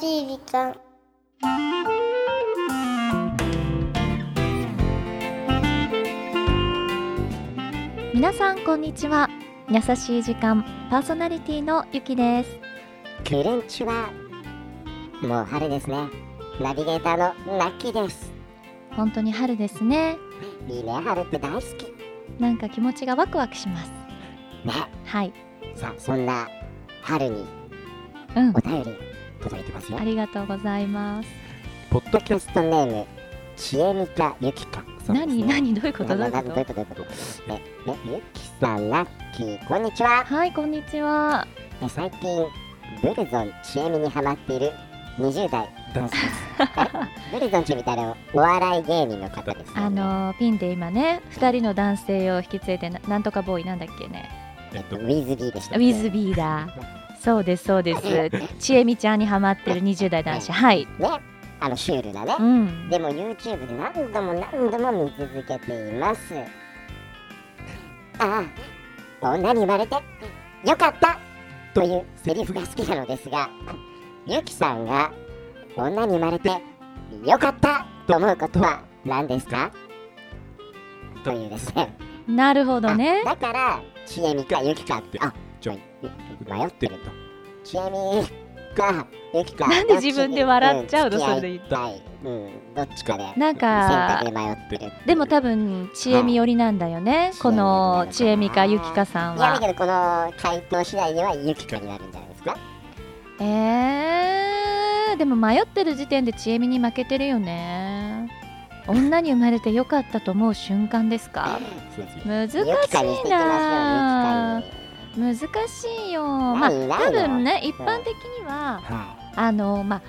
しい時間皆さんこんにちは優しい時間パーソナリティのゆきですキレンチはもう春ですねナビゲーターのナッキーです本当に春ですねいいね春って大好きなんか気持ちがワクワクしますねはいさあそんな春にうんお便り届いてますよありがとうございますポッドキャストネームちえみかゆきかさんです何ね何どういうことどういなうなこどういとうことどういうことねねゆきさんラッキーこんにちははいこんにちはえ最近ブルゾンちえみにハマっている20代 男性ですえブルゾンちみたいなお笑い芸人の方ですよねあのーピンで今ね二人の男性を引き連れてななんとかボーイなんだっけねえっとウィズビーでしたウっけィズビーだそうですそうです ちえみちゃんにハマってる20代男子はいねあのシュールなねうんでも YouTube で何度も何度も見続けています。ああ、女に生まれてよかったというセリフが好きなのですが、ゆきさんが女に生まれてよかったと思うことは何ですかというですね。なるほどねあだから、ちえみかゆきかって、あ、ちょい、迷ってると。ちえみかゆきか。なんで自分で笑っちゃうのどちにそれで言っ付き合いたいうん、どっちかで。なんか選択で迷ってるっていう。でも多分ちえみ寄りなんだよね、うんこのちえみかゆきかさんいやだはけどこの回答次第ではゆきかになるんじゃないですかえー、でも迷ってる時点でちえみに負けてるよね女に生まれてよかったと思う瞬間ですか難しいゆきかにしていきまなしょう難しいよまあないない多の分ね一般的にはゆきかにはいあのまあ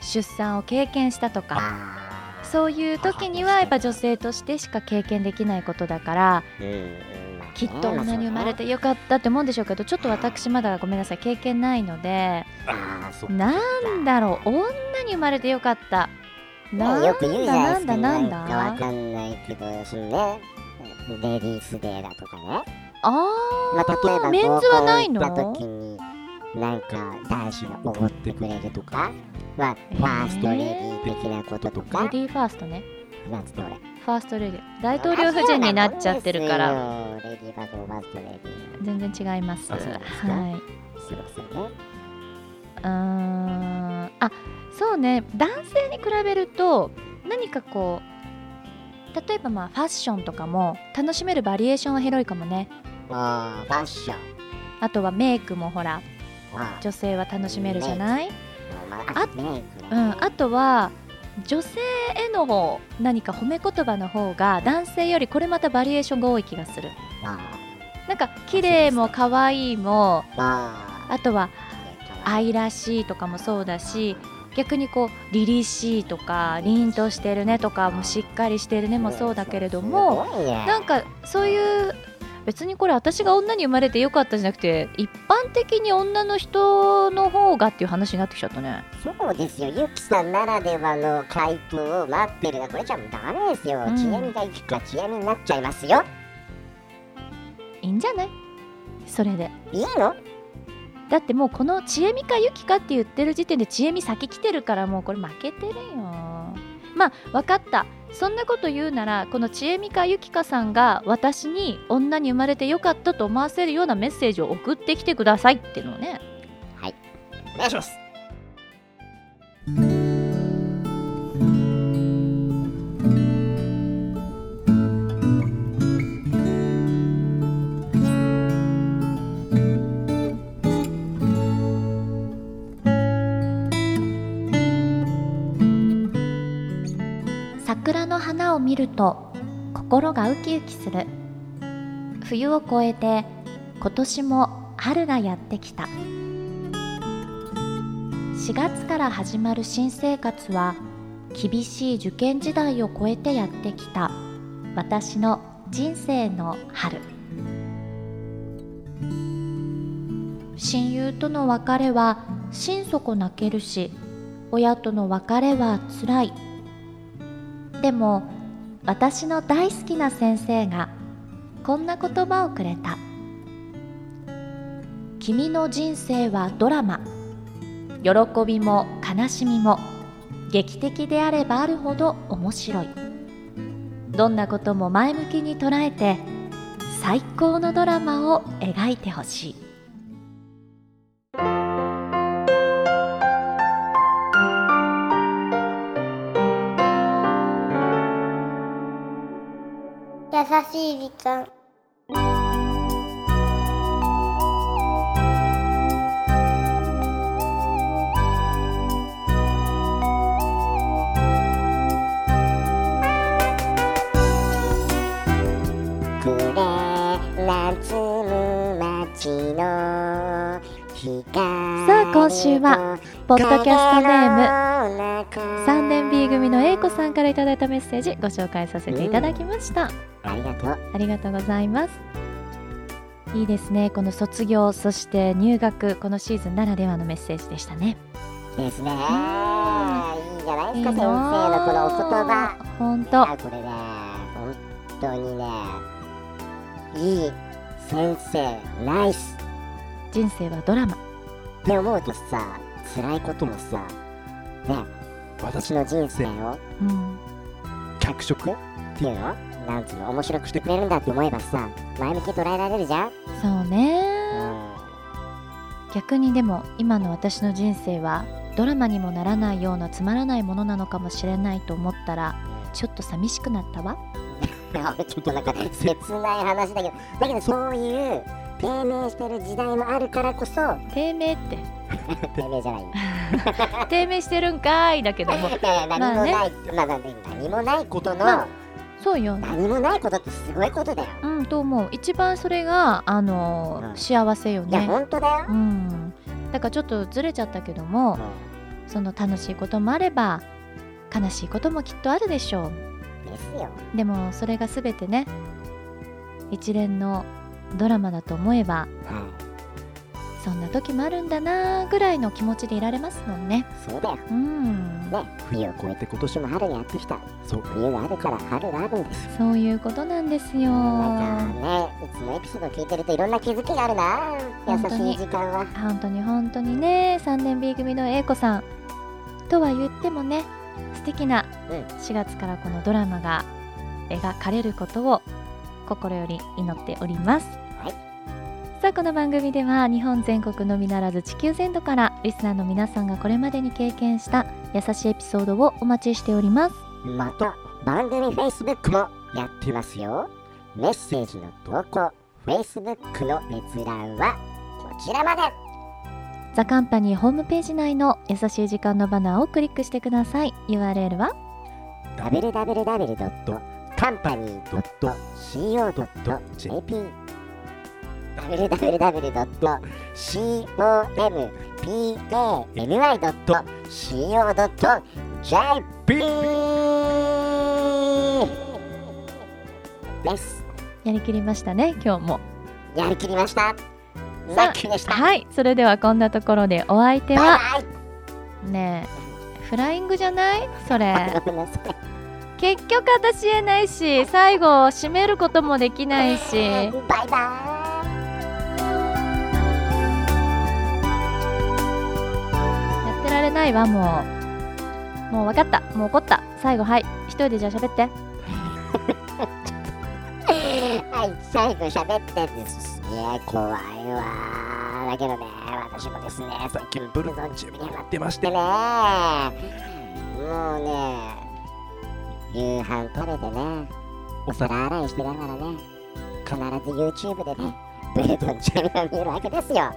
出産を経験したとかあそういう時にはやっぱ女性としてしか経験できないことだからーうんまあねきっと女に生まれてよかったって思うんでしょうけどちょっと私まだごめんなさい経験ないのであーそっかなんだろう女に生まれてよかったなんねだよく言うじゃななんいですだかなんかわだかんないけどそのねレディースデーだとかねあまあ、例えばメンズはないの合コン行った時になんか男子がおごってくれるとかまあえーファーストレディー的なこととーレかディーファーストねなんつって俺ファーストレディー大統領夫人になっちゃってるからそうなんですよレディーバグもファーストレディー全然違いますあそうですかはいすいませんねうーんあそうね男性に比べると何かこう例えばまあファッションとかも楽しめるバリエーションは広いかもねああファッションあとはメイクもほらは女性は楽しめるじゃない、まああメイクうねん、あとは女性への何か褒め言葉の方が男性よりこれまたバリエーションが多い気がするあなんか綺麗も可愛いもあまああとはい愛らしいとかもそうだし逆にこう凛々しいとか凛としてるねとかもしっかりしてるねもそうだけれどもなんかそういう別にこれ私が女に生まれてよかったじゃなくて一般的に女の人の方がっていう話になってきちゃったねそうですよ、ゆきさんならではの回答を待ってるが、これじゃダメですよう。んちえみがゆきか、ちえみになっちゃいますよ。いいんじゃないそれでいいのだってもうこの「ちえみかゆきか」って言ってる時点でちえみ先来てるからもうこれ負けてるよまあ分かったそんなこと言うならこのちえみかゆきかさんが私に女に生まれてよかったと思わせるようなメッセージを送ってきてくださいっていうのをねお願いします。桜の花を見ると心がウキウキする冬を越えて今年も春がやってきた4月から始まる新生活は厳しい受験時代を超えてやってきた私の人生の春親友との別れは心底泣けるし親との別れは辛いでも私の大好きな先生がこんな言葉をくれた「君の人生はドラマ喜びも悲しみも劇的であればあるほど面白いどんなことも前向きに捉えて最高のドラマを描いてほしい優しい時間クレランツム町の光さあ今週はポッドキャストネームム3年 B 組の A 子さんからいただいたメッセージご紹介させていただきました、ありがとうありがとうございますいいですねこの卒業そして入学このシーズンならではのメッセージでしたねですねいいじゃないいでいなあすか先生のこのお言葉本い当やこれね本当にねいい先生ナイス人生はドラマって思うとさ辛いこともさね私の人生をうん脚色っていうのなんつうの面白くしてくれるんだって思えばさ前向きに捉えられるじゃん、そうねう逆にでも今の私の人生はドラマにもならないようなつまらないものなのかもしれないと思ったらちょっと寂しくなったわん、ちょっとなんか切ない話だけどだけどそういう低迷してる時代もあるからこそ低迷って低迷じゃない 低迷してるんかいだけどもいやいや何もない、まあ何もないことの、まあそう よ何もないことってすごいことだよ、うんと思う一番それがあのーうん幸せよいやね本当だよ、うんだからちょっとずれちゃったけどもうその楽しいこともあれば悲しいこともきっとあるでしょん、ですようでもそれが全てね一連のドラマだと思えばはそんな時もあるんだなーぐらいの気持ちでいられますもんねいそうだようんね、冬を越えて今年も春にやってきた。そう、冬があるから春があるんです。そういうことなんですよなんかね、いつもエピソード聞いてるといろんな気づきがある本な。当に優しい時間は。本当に本当にね3年 B 組の A 子さんとは言ってもね素敵なうん4月からこのドラマが描かれることを心より祈っております、はいさあこの番組では日本全国のみならず地球全土からリスナーの皆さんがこれまでに経験した優しいエピソードをお待ちしておりますまた、番組 Facebook もやってますよ。メッセージの投稿、Facebook の閲覧はこちらまで。ザカンパニーホームページ内の優しい時間のバナーをクリックしてください URL は www.company.co.jp www.company.co.jp です。やりきりましたね今日もやりきりました。さあラッキーでした。はいそれではこんなところでお相手はバイねえフライングじゃないそれバイ。ごめんなさい。結局私言えないし最後締めることもできないしバやイバイ。ってられないわもうもう分かったもう怒った最後はい一人でじゃあ喋ってはい、最後喋ってですね、怖いわ。だけどね、私もですね、最近ブルゾン中になってましてね、もうね、夕飯食べてね、お皿洗いしてながらね、必ず YouTube でね、ブルゾンチームを見るわけですよ。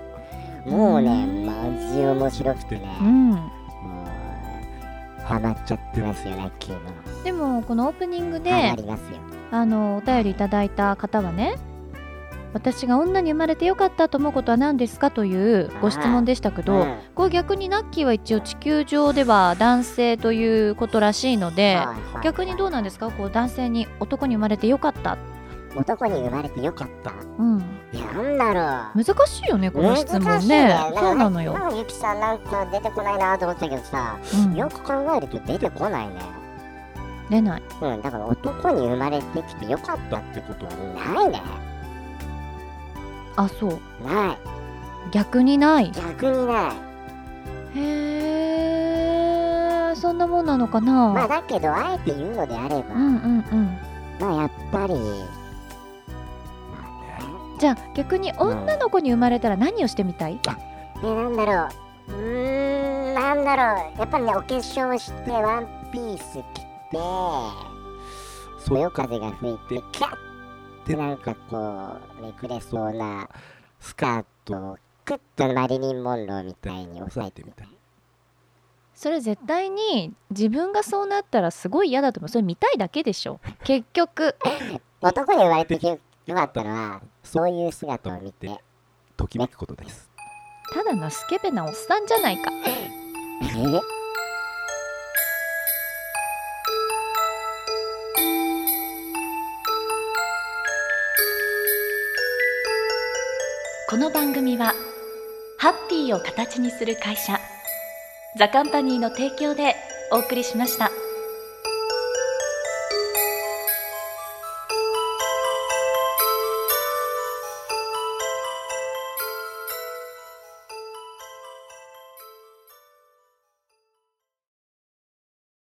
もうね、マジ面白くてね、うんもう、ハマっちゃってますよ、ラッキーの。でもこのオープニングハマでりますよ。あのお便りいただいた方はね私が女に生まれてよかったと思うことは何ですかというご質問でしたけど、んこう逆にナッキーは一応地球上では男性ということらしいのではいはい逆にどうなんですかこう男性に男に生まれてよかった、男に生まれてよかったうん、いやなんだろう難しいよねこの質難問しいねなんかそうなのよ、なんかゆきさんなんか出てこないなと思ったけどさうん、よく考えると出てこないね出ないうんだから男に生まれてきてよかったってことはないねあそうない逆にない逆にないへえそんなもんなのかな、まあだけどあえて言うのであれば、うんうんうんまあやっぱりじゃあ逆に女の子に生まれたら何をしてみたい、ねなんだろううーんなんだろうやっぱりねお化粧してワンピース着てそよ風が吹いてキャッってなんかこうめくれそうなスカートをクッとマリリン・モンローみたいに押さえてみたいそれ絶対に自分がそうなったらすごい嫌だと思うそれ見たいだけでしょ結局男に生まれてきてよかったのはそういう姿を見てときめくことです。ただのスケベなおっさんじゃないかこの番組はハッピーを形にする会社ザカンパニーの提供でお送りしました。